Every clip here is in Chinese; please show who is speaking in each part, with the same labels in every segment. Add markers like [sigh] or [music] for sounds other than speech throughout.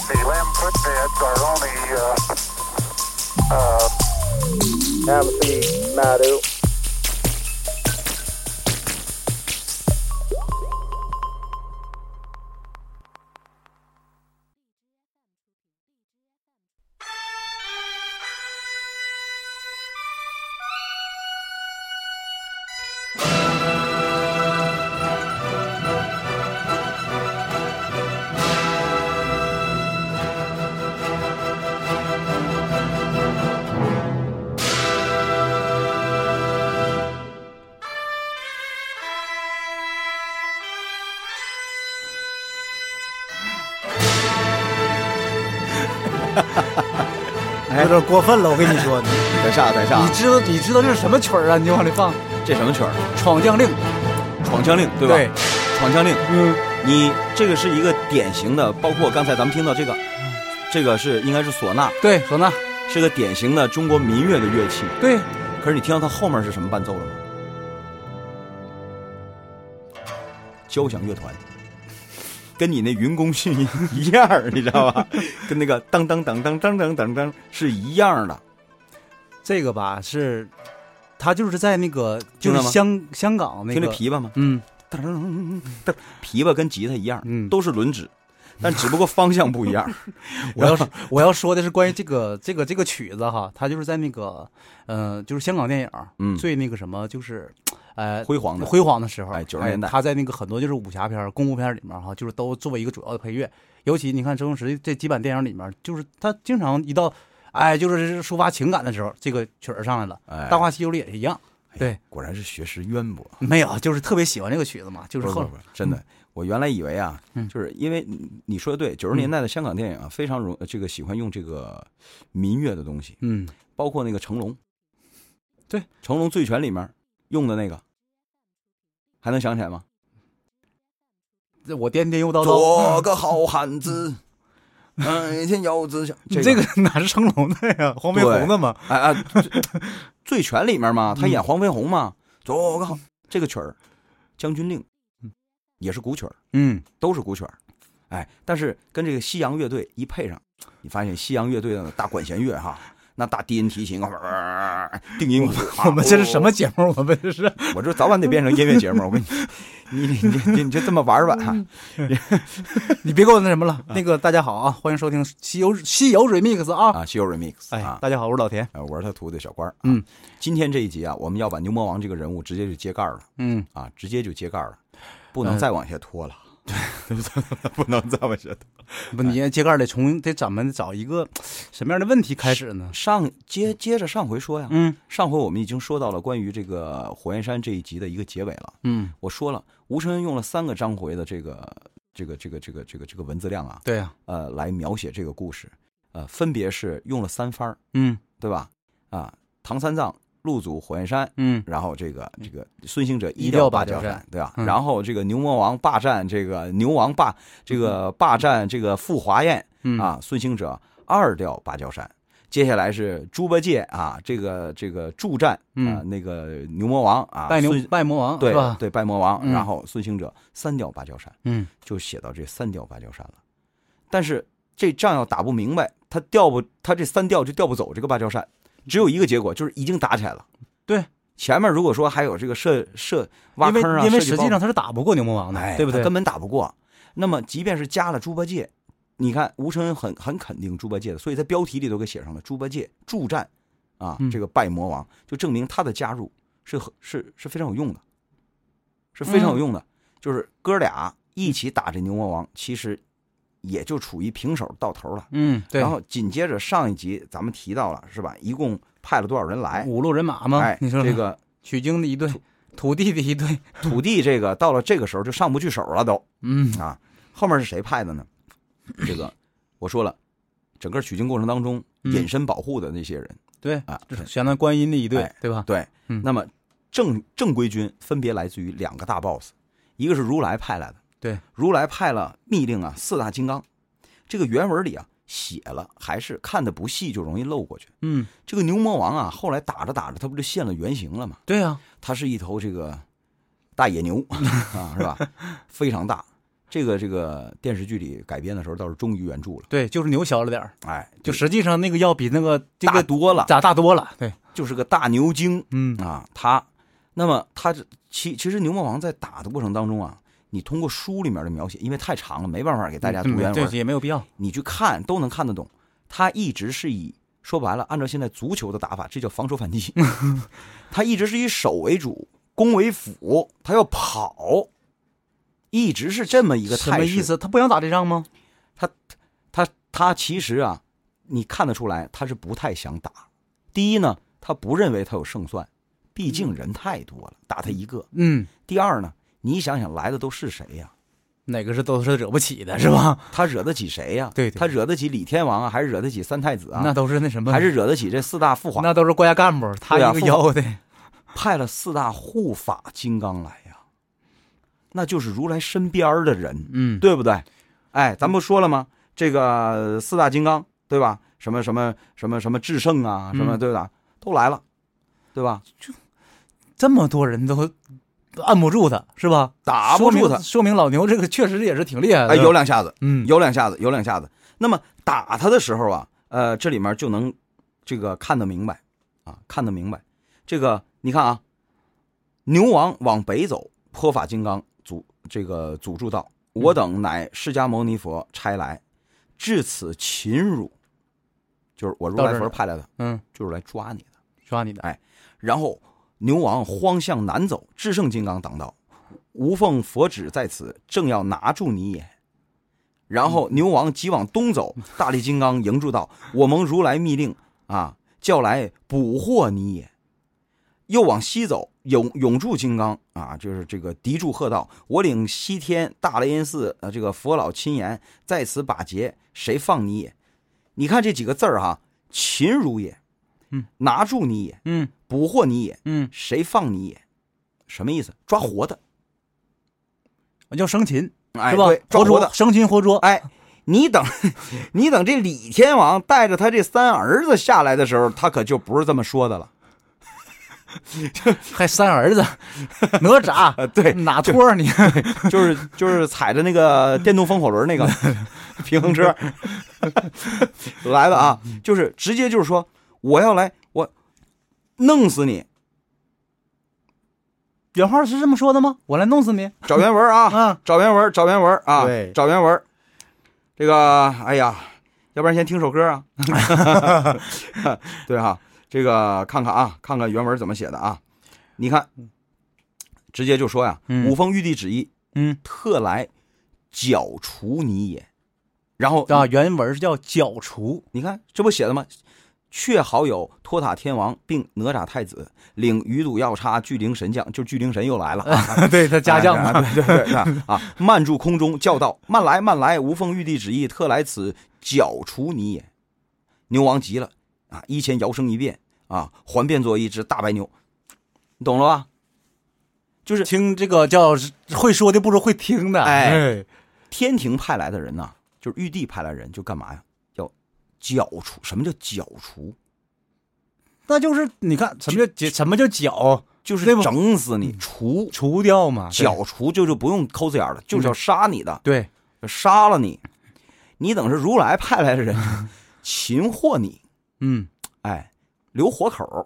Speaker 1: input bits are only uh, uh, Amity Madu.
Speaker 2: 有点过分了，啊我跟你说，你
Speaker 3: 等下等下
Speaker 2: 你，知道你知道这是什么曲儿啊？你就往里放《
Speaker 3: 这什么曲儿？
Speaker 2: 闯将令》，
Speaker 3: 《闯江令》对吧？
Speaker 2: 对
Speaker 3: 闯江令》，
Speaker 2: 嗯，
Speaker 3: 你这个是一个典型的，包括刚才咱们听到这个，
Speaker 2: 嗯
Speaker 3: 这个是应该是唢呐，
Speaker 2: 对，唢呐，
Speaker 3: 是个典型的中国民乐的乐器。
Speaker 2: 对，
Speaker 3: 可是你听到它后面是什么伴奏了吗？交响乐团，跟你那云宫信一样儿，你知道
Speaker 2: [laughs]
Speaker 3: 吧？跟那个当当当当当当当当是一样的。
Speaker 2: 这个吧是，他就是在那个
Speaker 3: 听
Speaker 2: 就
Speaker 3: 到
Speaker 2: 是
Speaker 3: 吗
Speaker 2: 香香港那
Speaker 3: 听
Speaker 2: 个
Speaker 3: 这，琵琶吗？
Speaker 2: 嗯，
Speaker 3: 噔噔噔，琵琶跟吉他一样，
Speaker 2: 嗯
Speaker 3: 都是轮指，但只不过方向不一样。
Speaker 2: [laughs] 我要是我要说的是关于这个这个这个曲子哈，它就是在那个呃，就是香港电影儿
Speaker 3: 嗯
Speaker 2: 最那个什么，就是呃
Speaker 3: 辉煌的
Speaker 2: 辉煌的时候，
Speaker 3: 哎90年代
Speaker 2: 他在那个很多就是武侠片儿、功夫片儿里面儿哈，就是都作为一个主要的配乐。尤其你看周星驰这几版电影里面儿，就是他经常一到哎，就是抒发情感的时候，这个曲儿上来了。
Speaker 3: 哎
Speaker 2: 大话西游》里也是
Speaker 3: [laughs]
Speaker 2: 一样，
Speaker 3: 哎呀
Speaker 2: 对，
Speaker 3: 果然是学识渊博。
Speaker 2: 没有，就是特别喜欢这个曲子嘛，就是
Speaker 3: 不是
Speaker 2: 后
Speaker 3: 不是，真的，我原来以为啊，
Speaker 2: 嗯
Speaker 3: 就是因为你你说的对，九十年代的香港电影啊，非常容这个喜欢用这个民乐的东西，
Speaker 2: 嗯，
Speaker 3: 包括那个成龙，
Speaker 2: 对，
Speaker 3: 《成龙醉拳》里面用的那个，还能想起来吗？
Speaker 2: 这我颠颠又叨
Speaker 3: 做
Speaker 2: 叨，嗯
Speaker 3: 个好汉子，每天要自强。
Speaker 2: 你嗯这个哪是成龙的呀？黄飞
Speaker 3: 对
Speaker 2: 鸿的嘛，
Speaker 3: 哎啊，醉醉拳里面嘛，他演
Speaker 2: 嗯
Speaker 3: 黄飞鸿嘛，做个好这个曲儿，《将军令》嗯也是古曲儿，
Speaker 2: 嗯。
Speaker 3: 都是古曲儿，哎，但是跟这个西洋乐队一配上，你发现西洋乐队的大管弦乐哈，那大低音提琴 [laughs] 啊，定音鼓，
Speaker 2: 我们这是什么？节目？我们这是
Speaker 3: 我这早晚得变成音乐节目，我跟
Speaker 2: [laughs]
Speaker 3: 你，你你你你就这么玩玩
Speaker 2: 嗯
Speaker 3: 哈，
Speaker 2: 你别给我那什
Speaker 3: [laughs]
Speaker 2: 么了。那个大家好啊，欢迎收听《西游西游 Remix》啊。
Speaker 3: 啊，西游 remix
Speaker 2: 哎
Speaker 3: 啊，。
Speaker 2: 大家好，我是老田。
Speaker 3: 呃，我是他徒弟小官儿啊
Speaker 2: 嗯，
Speaker 3: 今天这一集啊，我们要把牛魔王这个人物直接就揭盖儿了
Speaker 2: 嗯，
Speaker 3: 啊，直接就揭盖儿了，不能再往下拖了， [laughs] 对，不能再往下拖。
Speaker 2: 不，
Speaker 3: 哎
Speaker 2: 你揭盖得从得咱们找一个什么样的问题开始呢？
Speaker 3: 上接接着上回说呀，
Speaker 2: 嗯
Speaker 3: 上回我们已经说到了关于这个火焰山这一集的一个结尾了。
Speaker 2: 嗯，
Speaker 3: 我说了，吴承恩用了三个章回的这个这个这个这个这个这个文字量啊，
Speaker 2: 对呀，
Speaker 3: 呃，来描写这个故事，呃，分别是用了三番儿，
Speaker 2: 嗯
Speaker 3: 对吧？啊，唐三藏、陆祖、火焰山，
Speaker 2: 嗯，
Speaker 3: 然后这个这个孙行者
Speaker 2: 一
Speaker 3: 一
Speaker 2: 调
Speaker 3: 调
Speaker 2: 芭
Speaker 3: 芭
Speaker 2: 蕉
Speaker 3: 蕉
Speaker 2: 扇
Speaker 3: 扇，对吧？
Speaker 2: 嗯
Speaker 3: 然后这个牛魔王霸占这个牛王霸这个霸占这个傅华宴
Speaker 2: 嗯
Speaker 3: 啊，孙行者二调芭蕉扇。接下来是猪八戒啊，这个这个助战啊，
Speaker 2: 嗯
Speaker 3: 那个牛魔王啊，
Speaker 2: 拜牛
Speaker 3: 孙
Speaker 2: 拜魔王是
Speaker 3: 对
Speaker 2: 吧？
Speaker 3: 对拜魔王，
Speaker 2: 嗯
Speaker 3: 然后孙行者三调芭蕉扇，
Speaker 2: 嗯
Speaker 3: 就写到这三调芭蕉扇了。但是这仗要打不明白，他调不他这三调就调不走这个芭蕉扇，只有一个结果就是已经打起来了。
Speaker 2: 对，
Speaker 3: 前面如果说还有这个设设挖
Speaker 2: 因为
Speaker 3: 坑啊，
Speaker 2: 因为
Speaker 3: 设计
Speaker 2: 实际
Speaker 3: 包
Speaker 2: 上他是打不过牛魔王
Speaker 3: 哎
Speaker 2: 的，对不对
Speaker 3: 他？根本打不过。那么即便是加了猪八戒，你看吴承恩很很肯定猪八戒的，所以在标题里都给写上了猪八戒助战啊，
Speaker 2: 嗯
Speaker 3: 这个拜魔王，就证明他的加入是很是是非常有用的，是非常
Speaker 2: 嗯
Speaker 3: 有用的。就是哥俩一起打这牛魔王，其实也就处于平手到头了。
Speaker 2: 嗯，对
Speaker 3: 然。后紧接着上一集咱们提到了是吧？一共派了多少人来？
Speaker 2: 五路人马嘛
Speaker 3: 哎，，
Speaker 2: 嗯你说
Speaker 3: 这个
Speaker 2: 取经的一队，土地的
Speaker 3: [laughs]
Speaker 2: 一队，
Speaker 3: 土地这个到了这个时候就上不去手了都。
Speaker 2: 嗯
Speaker 3: 啊，后面是谁派的呢？这个我说了，整个取经过程当中
Speaker 2: 嗯
Speaker 3: 隐身保护的那些人，
Speaker 2: 对，
Speaker 3: 啊，
Speaker 2: 这是相当于观音的一队
Speaker 3: 哎，
Speaker 2: 对吧？
Speaker 3: 对，
Speaker 2: 嗯
Speaker 3: 那么正正规军分别来自于两个大 boss，一个是如来派来的，
Speaker 2: 对，
Speaker 3: 如来派了密令啊四大金刚，这个原文里啊写了，还是看的不细就容易漏过去。
Speaker 2: 嗯，
Speaker 3: 这个牛魔王啊，后来打着打着，他不就现了原形了吗？
Speaker 2: 对呀，
Speaker 3: [laughs] 它是一头这个大野牛啊啊，是吧？非常大，这个这个电视剧里改编的时候倒是忠于原著了，
Speaker 2: 对，就是牛小了点儿，
Speaker 3: 哎，
Speaker 2: 就实际上那个要比那个这
Speaker 3: 大
Speaker 2: 个
Speaker 3: 多了，
Speaker 2: 咋大多了，对，
Speaker 3: 就是个大牛精
Speaker 2: 嗯
Speaker 3: 啊。他，那么他这其其实牛魔王在打的过程当中啊，你通过书里面的描写，因为太长了，没办法给大家读
Speaker 2: 嗯
Speaker 3: 原
Speaker 2: 对
Speaker 3: 文，
Speaker 2: 也没有必要，
Speaker 3: 你去看都能看得懂。他一直是以说白了，按照现在足球的打法，这叫防守反
Speaker 2: [laughs]
Speaker 3: 击。他一直是以守为主，攻为辅，他要跑，一直是这么一个
Speaker 2: 什么
Speaker 3: 态势。
Speaker 2: 意思？他不想打这仗吗？
Speaker 3: 他他其实啊，你看得出来他是不太想打。第一呢，他不认为他有胜算，毕竟人太多了，打他一个。
Speaker 2: 嗯，
Speaker 3: 第二呢，你想想来的都是谁呀、
Speaker 2: 哪个是都是惹不起的，是吧？
Speaker 3: 他惹得起谁呀、
Speaker 2: 对对
Speaker 3: 他惹得起李天王啊，还是惹得起三太子
Speaker 2: 那
Speaker 3: 啊？
Speaker 2: 都是那什么，
Speaker 3: 还是惹得起这四大护法？
Speaker 2: 那都是国家干部，他
Speaker 3: 对啊
Speaker 2: 一个腰的，
Speaker 3: 派了四大护法金刚来呀、那就是如来身边儿的人。
Speaker 2: 嗯，
Speaker 3: 对不对？哎，咱不说了吗？这个四大金刚，对吧？什么什么什么什么至圣啊，
Speaker 2: 嗯
Speaker 3: 什么对吧？都来了，对吧？
Speaker 2: 这么多人都按不住他，是吧？
Speaker 3: 打不
Speaker 2: 说
Speaker 3: 住
Speaker 2: 明
Speaker 3: 他，
Speaker 2: 说明老牛这个确实也是挺厉害的。
Speaker 3: 哎，有两下子，
Speaker 2: 嗯，
Speaker 3: 有两下子，有两下子。那么打他的时候啊，呃，这里面就能这个看得明白啊，看得明白。这个你看啊，牛王往北走，泼法金刚阻这个阻住道，
Speaker 2: 嗯
Speaker 3: 我等乃释迦牟尼佛差来，至此擒辱，就是我如
Speaker 2: 到
Speaker 3: 来
Speaker 2: 这儿
Speaker 3: 佛
Speaker 2: 了
Speaker 3: 派来的，
Speaker 2: 嗯，
Speaker 3: 就是来抓你的。
Speaker 2: 抓你的，
Speaker 3: 然后牛王慌向南走，至圣金刚挡道，无奉佛旨在此，正要拿住你也。然后牛王即往东走，大力金刚迎住道：“我蒙如来密令啊，叫来捕获你也。”又往西走，永永驻金刚啊，就是这个敌住喝道：“我领西天大雷音寺呃这个佛老亲言，在此把劫，谁放你也？”你看这几个字儿、哈，擒如也，
Speaker 2: 嗯，
Speaker 3: 拿住你也，
Speaker 2: 嗯
Speaker 3: 捕获你也，
Speaker 2: 嗯，
Speaker 3: 谁放你也？什么意思？抓活的，
Speaker 2: 叫生擒，
Speaker 3: 哎，
Speaker 2: 是吧
Speaker 3: 对，？抓
Speaker 2: 活
Speaker 3: 活
Speaker 2: 捉
Speaker 3: 的，
Speaker 2: 生擒活捉，
Speaker 3: 哎，你等， [laughs] 你等这李天王带着他这三儿子下来的时候，他可就不是这么说
Speaker 2: [laughs]
Speaker 3: 的了。
Speaker 2: 还三儿子哪吒，
Speaker 3: [laughs] 呃，对，
Speaker 2: 哪托儿你？
Speaker 3: 就是就是踩着那个电动风火轮那个平衡车 [laughs] 来了啊，就是直接就是说我要来，我弄死你，
Speaker 2: [laughs] 原话是这么说的吗？我来弄死你
Speaker 3: 找原文啊。
Speaker 2: 啊！
Speaker 3: 找原文，找原文啊
Speaker 2: 对，
Speaker 3: 找原文。这个，哎呀，要不然先听首歌
Speaker 2: [laughs]
Speaker 3: 啊。对哈、这个看看啊，看看原文怎么写的啊。你看，直接就说呀，
Speaker 2: 嗯
Speaker 3: 五峰玉帝旨意，
Speaker 2: 嗯，
Speaker 3: 特来剿除你也。然后
Speaker 2: 啊，原文是叫剿除，
Speaker 3: 你看，这不写的吗？却好友托塔天王并哪吒太子领鱼肚药叉巨灵神将，就巨灵神又
Speaker 2: [laughs]
Speaker 3: 来了啊！
Speaker 2: [laughs] 对他家将
Speaker 3: 啊
Speaker 2: 嘛，
Speaker 3: 对对对啊啊！漫住空中叫道：“慢来，慢来！无奉玉帝旨意，特来此剿除你也。”牛王急了啊，衣前摇身一变啊，还变作一只大白牛，你懂了吧？就是
Speaker 2: [laughs] 听这个叫会说的不如会听的，嗯
Speaker 3: 哎，天庭派来的人呐、就是玉帝派来人，就干嘛呀？要剿除。什么叫剿除？
Speaker 2: 那就是你看什么叫解什么叫剿
Speaker 3: 就是
Speaker 2: 对吧
Speaker 3: 整死你，除
Speaker 2: 除掉嘛，嗯对嗯
Speaker 3: 剿除，就就不用抠字眼儿了，就是要杀你的。
Speaker 2: 对，
Speaker 3: 杀了你，你等是如来派来的人
Speaker 2: [laughs]
Speaker 3: 擒获你，
Speaker 2: 嗯，
Speaker 3: 哎，留活口儿。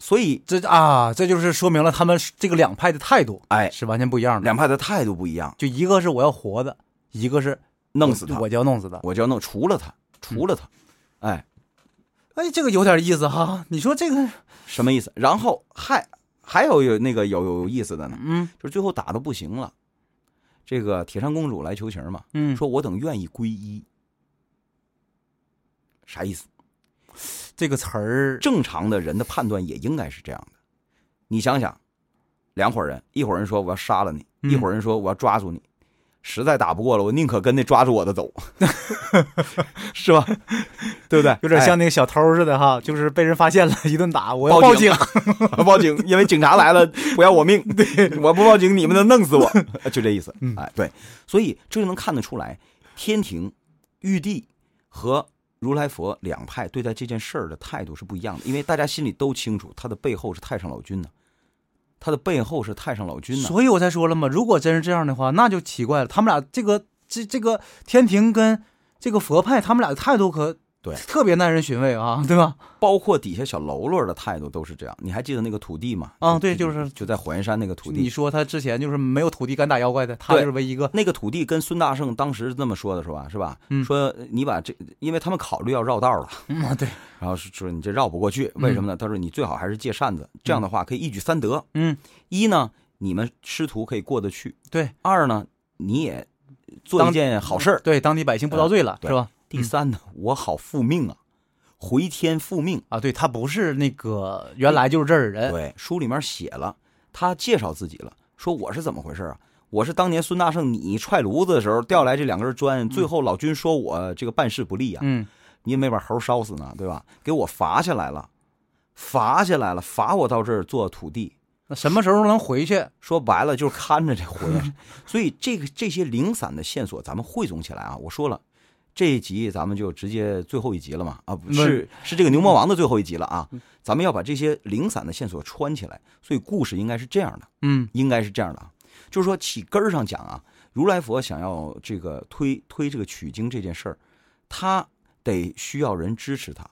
Speaker 3: 所以
Speaker 2: 这啊，这就是说明了他们这个两派的态度，
Speaker 3: 哎
Speaker 2: 是完全不一样的。
Speaker 3: 两派的态度不一样，
Speaker 2: 就一个是我要活的，一个是
Speaker 3: 弄死他，
Speaker 2: 我就要弄死他。
Speaker 3: 我就要弄，除了他，
Speaker 2: 嗯
Speaker 3: 除了他，哎，
Speaker 2: 哎，这个有点意思哈。你说这个，
Speaker 3: 什么意思？然后还还有有那个有有意思的呢，
Speaker 2: 嗯
Speaker 3: 就是最后打的不行了，这个铁扇公主来求情嘛，
Speaker 2: 嗯，
Speaker 3: 说我等愿意皈依，啥意思？
Speaker 2: 这个词儿，
Speaker 3: 正常的人的判断也应该是这样的。你想想，两伙人，一伙人说我要杀了你，
Speaker 2: 嗯
Speaker 3: 一伙人说我要抓住你，实在打不过了，我宁可跟那抓住我的走， [laughs] 是吧？ [laughs] 对不对？
Speaker 2: 有点像那个小偷似的哈，就是被人发现了，一顿打，我要
Speaker 3: 报
Speaker 2: 警
Speaker 3: 警。哎、 [laughs] 报警，因为警察来了不要我
Speaker 2: [laughs]
Speaker 3: 命，对，我不报警你们能弄死我，就这意思。
Speaker 2: 嗯
Speaker 3: 哎，对，所以这就能看得出来，天庭、玉帝和如来佛两派对待这件事儿的态度是不一样的，因为大家心里都清楚，他的背后是太上老君呢。他的背后是太上老君呢。
Speaker 2: 所以我才说了嘛，如果真是这样的话，那就奇怪了。他们俩这个这这个天庭跟这个佛派，他们俩的态度可
Speaker 3: 对
Speaker 2: 特别耐人寻味啊， [laughs] 对吧？
Speaker 3: 包括底下小喽啰的态度都是这样。你还记得那个土地吗？
Speaker 2: 啊对就是
Speaker 3: 就在火焰山那个土地。
Speaker 2: 你说他之前就是没有土地敢打妖怪的，他就是唯一一个。 [laughs]
Speaker 3: 那个土地跟孙大圣当时这么说的是吧？是吧？
Speaker 2: 嗯
Speaker 3: 说你把这，因为他们考虑要绕道了，
Speaker 2: 嗯啊，对，
Speaker 3: 然后说你这绕不过去，为什么呢？他说你最好还是借扇子，这样的话可以一举三得。
Speaker 2: 嗯，
Speaker 3: 一呢，你们师徒可以过得去；
Speaker 2: 对
Speaker 3: 二呢，你也做一
Speaker 2: 当
Speaker 3: 件好事儿；
Speaker 2: 对，当地嗯百姓不遭罪了，
Speaker 3: 对
Speaker 2: 是吧？
Speaker 3: 第三呢，我好复命啊，回天复命。
Speaker 2: 啊，对他不是那个原来就是这儿的人，
Speaker 3: 对，书里面写了，他介绍自己了，说我是怎么回事啊？我是当年孙大圣你踹炉子的时候掉来这两根砖，最后老君说我这个办事不力啊，
Speaker 2: 嗯，
Speaker 3: 你也没把猴烧死呢，对吧？给我罚下来了，罚下来了，罚我到这儿做土地。
Speaker 2: 那什么时候能回去？
Speaker 3: 说白了就是看着这火焰山，所以这个这些零散的线索咱们汇总起来啊。我说了，这一集咱们就直接最后一集了嘛啊，不
Speaker 2: 嗯
Speaker 3: 是是这个牛魔王的最后一集了啊。咱们要把这些零散的线索穿起来，所以故事应该是这样的。
Speaker 2: 嗯
Speaker 3: 应该是这样的啊，就是说起根儿上讲啊，如来佛想要这个推推这个取经这件事儿，他得需要人支持他。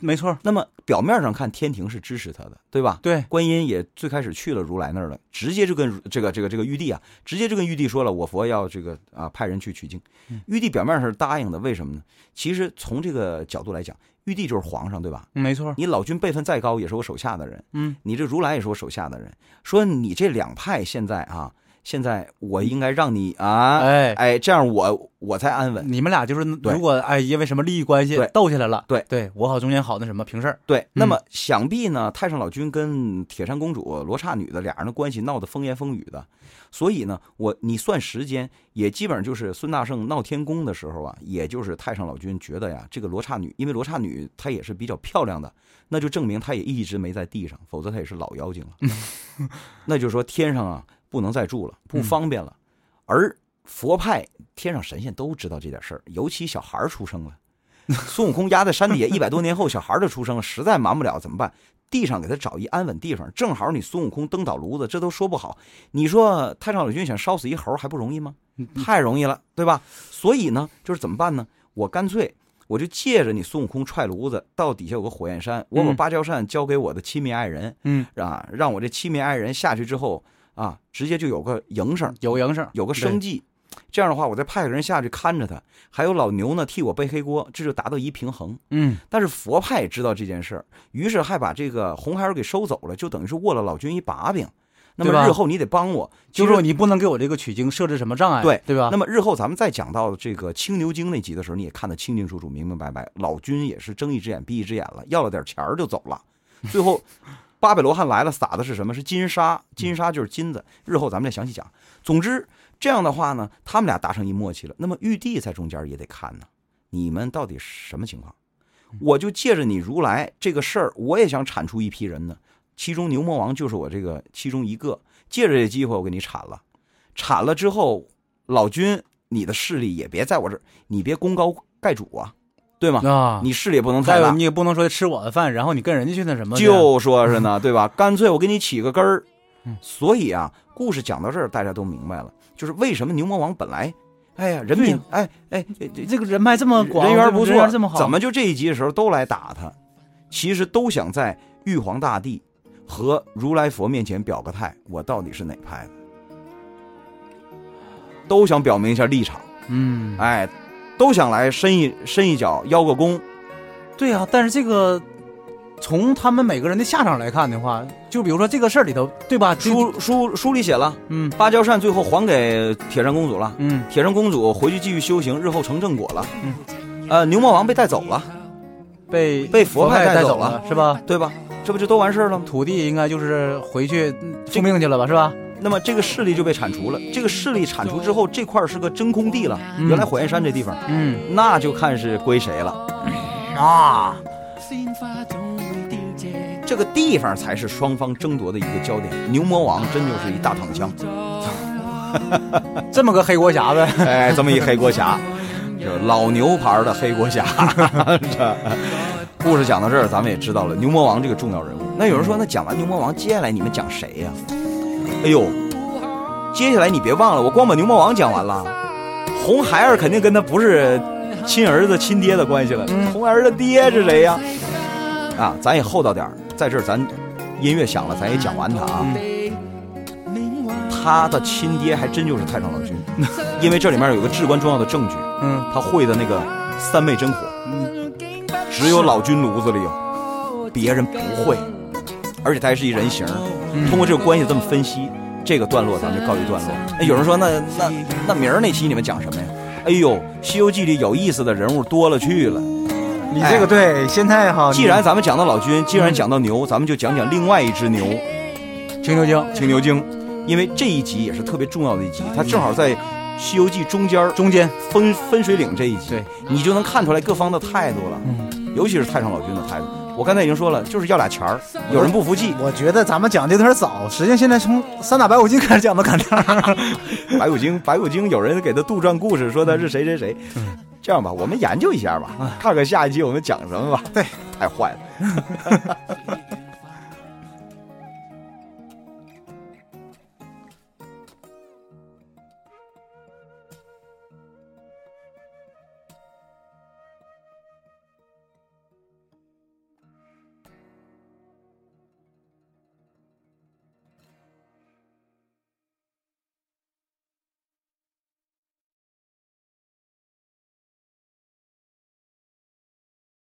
Speaker 2: 没错儿，
Speaker 3: 那么表面上看，天庭是支持他的，对吧？
Speaker 2: 对，
Speaker 3: 观音也最开始去了如来那儿了，直接就跟如这个这个这个玉帝啊，直接就跟玉帝说了，我佛要这个啊派人去取经。
Speaker 2: 嗯
Speaker 3: 玉帝表面上是答应的，为什么呢？其实从这个角度来讲，玉帝就是皇上，对吧？
Speaker 2: 没错儿，
Speaker 3: 你老君辈分再高，也是我手下的人。
Speaker 2: 嗯，
Speaker 3: 你这如来也是我手下的人。说你这两派现在啊，现在我应该让你啊，
Speaker 2: 哎，
Speaker 3: 哎，这样我我才安稳。
Speaker 2: 你们俩就是
Speaker 3: 对
Speaker 2: 如果哎因为什么利益关系
Speaker 3: 对
Speaker 2: 斗起来了，
Speaker 3: 对
Speaker 2: 对我好中间好那什么平事儿，
Speaker 3: 对，那么想必呢，太上老君跟铁扇公主罗刹女的俩人的关系闹得风言风语的，所以呢，我你算时间也基本上就是孙大圣闹天宫的时候啊，也就是太上老君觉得呀，这个罗刹女，因为罗刹女她也是比较漂亮的，那就证明她也一直没在地上，否则她也是老妖精了。那就是说天上啊不能再住了，不方便了。而佛派天上神仙都知道这点事儿，尤其小孩儿出生了，孙悟空压在山底下一百多年后，小孩儿就出生了，实在瞒不了怎么办？地上给他找一安稳地方，正好你孙悟空登岛炉子，这都说不好。你说太上老君想烧死一猴还不容易吗？太容易了，对吧？所以呢，就是怎么办呢？我干脆我就借着你孙悟空踹炉子，到底下有个火焰山，我把
Speaker 2: 嗯
Speaker 3: 芭蕉扇交给我的亲密爱人，
Speaker 2: 嗯，
Speaker 3: 啊，让我这亲密爱人下去之后啊，直接就有个营生，
Speaker 2: 有营生，
Speaker 3: 有个生计。这样的话，我再派个人下去看着他，还有老牛呢替我背黑锅，这就达到一平衡。
Speaker 2: 嗯，
Speaker 3: 但是佛派也知道这件事儿，于是还把这个红孩儿给收走了，就等于是握了老君一把柄。那
Speaker 2: 对吧
Speaker 3: 么日后你得帮我，
Speaker 2: 就
Speaker 3: 其实
Speaker 2: 是你不能给我这个取经设置什么障碍，
Speaker 3: 对
Speaker 2: 对吧？
Speaker 3: 那么日后咱们再讲到这个青牛精那集的时候，你也看得清清楚楚、明明白白。老君也是睁一只眼闭一只眼了，要了点钱儿就走了。最后，八百罗汉来了，撒的是什么？是金沙，金沙就是金子。日后咱们再详细讲。总之，这样的话呢，他们俩达成一默契了。那么玉帝在中间也得看呢，你们到底什么情况？我就借着你如来这个事儿，我也想铲除一批人呢。其中牛魔王就是我这个其中一个，借着这机会我给你铲了。铲了之后，老君，你的势力也别在我这儿，你别功高盖主啊，对吗？
Speaker 2: 啊，
Speaker 3: 你势力也不能
Speaker 2: 再
Speaker 3: 太
Speaker 2: 有
Speaker 3: 大
Speaker 2: 你。也不能说吃我的饭，然后你跟人家去那什么去，
Speaker 3: 就说是
Speaker 2: [laughs]
Speaker 3: 呢，对吧？干脆我给你起个根儿。
Speaker 2: 嗯
Speaker 3: 所以啊，故事讲到这儿，大家都明白了，就是为什么牛魔王本来，哎呀，人品，哎哎，这这
Speaker 2: 这个人脉这么嗯广，
Speaker 3: 人缘不
Speaker 2: 人
Speaker 3: 错，
Speaker 2: 缘这么好，
Speaker 3: 怎么就这一集的时候都来打他？其实都想在玉皇大帝和如来佛面前表个态，我到底是哪派的？都想表明一下立场。
Speaker 2: 嗯，
Speaker 3: 哎，都想来伸一伸一脚，邀个功。
Speaker 2: 对呀、但是这个从他们每个人的下场来看的话，就比如说这个事儿里头，对吧？这
Speaker 3: 书书书里写了，
Speaker 2: 嗯
Speaker 3: 芭蕉扇最后还给铁扇公主了，
Speaker 2: 嗯，
Speaker 3: 铁扇公主回去继续修行，日后成正果了。
Speaker 2: 嗯
Speaker 3: 呃，牛魔王被带走了，
Speaker 2: 被
Speaker 3: 被佛
Speaker 2: 佛
Speaker 3: 派带
Speaker 2: 带
Speaker 3: 走
Speaker 2: 了
Speaker 3: 了
Speaker 2: 是吧？
Speaker 3: 对吧？这不就都完事儿了吗？
Speaker 2: 土地应该就是回去嗯复命去了吧，是吧？
Speaker 3: 那么这个势力就被铲除了。这个势力铲除之后，这块儿是个真空地了，
Speaker 2: 嗯
Speaker 3: 原来火焰山这地方，
Speaker 2: 嗯
Speaker 3: 那就看是归谁了。
Speaker 2: 啊，
Speaker 4: 鲜花总会凋谢，
Speaker 3: 这个地方才是双方争夺的一个焦点。牛魔王真就是一大躺枪，
Speaker 2: 这么个黑锅匣子。
Speaker 3: [laughs] 哎，这么一黑锅侠，就是老牛牌的黑锅侠。 [laughs] 这故事讲到这儿，咱们也知道了牛魔王这个重要人物。那有人说，那讲完牛魔王，接下来你们讲谁呀、哎呦，接下来你别忘了，我光把牛魔王讲完了，红孩儿肯定跟他不是亲儿子亲爹的关系了，红孩儿的爹是谁呀？啊，咱也厚道点儿，在这儿咱音乐响了，咱也讲完他啊。他的亲爹还真就是太上老君， [laughs] 因为这里面有个至关重要的证据，
Speaker 2: 嗯，
Speaker 3: 他会的那个三昧真火，只有老君炉子里有，别人不会，而且他还是一人形儿。通过这个关系这么分析，这个段落咱们就告一段落。哎，有人说那那那明儿那期你们讲什么呀？哎呦，《西游记》里有意思的人物多了去了。
Speaker 5: 你
Speaker 2: 哎
Speaker 5: 这个对，现在哈，
Speaker 3: 既然咱们讲到老君，既然讲到牛，咱们就讲讲另外一只牛
Speaker 2: 青牛精，
Speaker 3: 青牛精，因为这一集也是特别重要的一集，它正好在《西游记》中间儿
Speaker 2: 中间
Speaker 3: 分分水岭这一集，
Speaker 2: 对，嗯
Speaker 3: 你就能看出来各方的态度了，尤其是太上老君的态度。我刚才已经说了，就是要俩钱儿，有人不服气，
Speaker 5: 我觉得咱们讲的有点早，实际上现在从三打白骨精开始讲到砍掉，
Speaker 3: 白骨精，白骨精有人给他杜撰故事，说他是谁谁谁。
Speaker 2: 嗯
Speaker 3: 这样吧，我们研究一下吧，看看下一集我们讲什么吧。
Speaker 5: 对，
Speaker 3: 太坏了。